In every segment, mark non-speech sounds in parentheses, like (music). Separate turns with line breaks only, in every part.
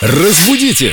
Разбудите!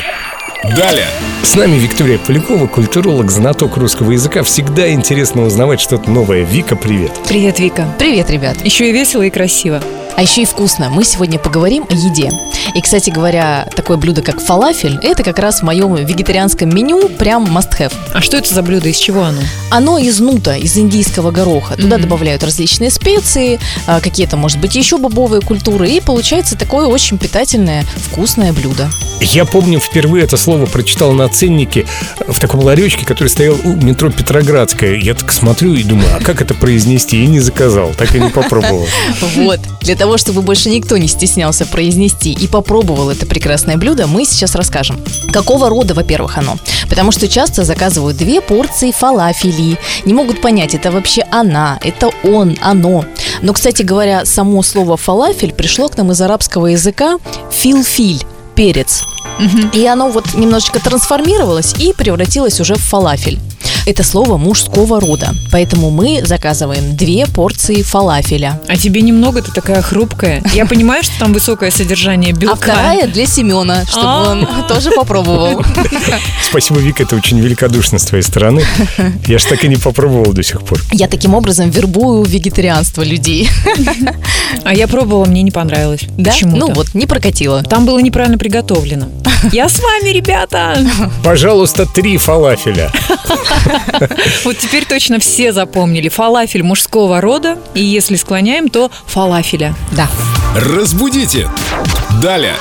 Далее!
С нами Виктория Полякова, культуролог, знаток русского языка. Всегда интересно узнавать что-то новое. Вика, привет.
Привет, Вика.
Привет, ребят!
Еще и весело и красиво.
А еще и вкусно. Мы сегодня поговорим о еде. И, кстати говоря, такое блюдо, как фалафель, это как раз в моем вегетарианском меню прям must-have.
А что это за блюдо, из чего оно?
Оно из нута, из индийского гороха. Туда добавляют различные специи, а, какие-то, может быть, еще бобовые культуры, и получается такое очень питательное, вкусное блюдо.
Я помню, впервые это слово прочитал на ценнике э, в таком ларечке, который стоял у метро Петроградская. Я так смотрю и думаю, а как это произнести? И не заказал, так и не попробовал.
Вот. Для того, чтобы больше никто не стеснялся произнести и попробовал это прекрасное блюдо, мы сейчас расскажем. Какого рода, во-первых, оно? Потому что часто заказывают две порции фалафели. Не могут понять, это вообще она, это он, оно. Но, кстати говоря, само слово фалафель пришло к нам из арабского языка филфиль – перец. И оно вот немножечко трансформировалось и превратилось уже в фалафель. Это слово мужского рода, поэтому мы заказываем две порции фалафеля.
А тебе немного, ты такая хрупкая. Я понимаю, что там высокое содержание белка.
А вторая для Семена, чтобы он
А. (laughs)
тоже попробовал.
Спасибо, Вика, это очень великодушно с твоей стороны. Я ж так и не попробовал до сих пор.
Я таким образом вербую вегетарианство людей.
А я пробовала, мне не понравилось.
Да?
Почему?
Ну вот, не прокатило.
Там было неправильно
(laughs)
приготовлено. Я с вами, ребята!
Пожалуйста, три фалафеля.
Вот теперь точно все запомнили. Фалафель мужского рода, и если склоняем, то фалафеля.
Да.
Разбудите! Далее!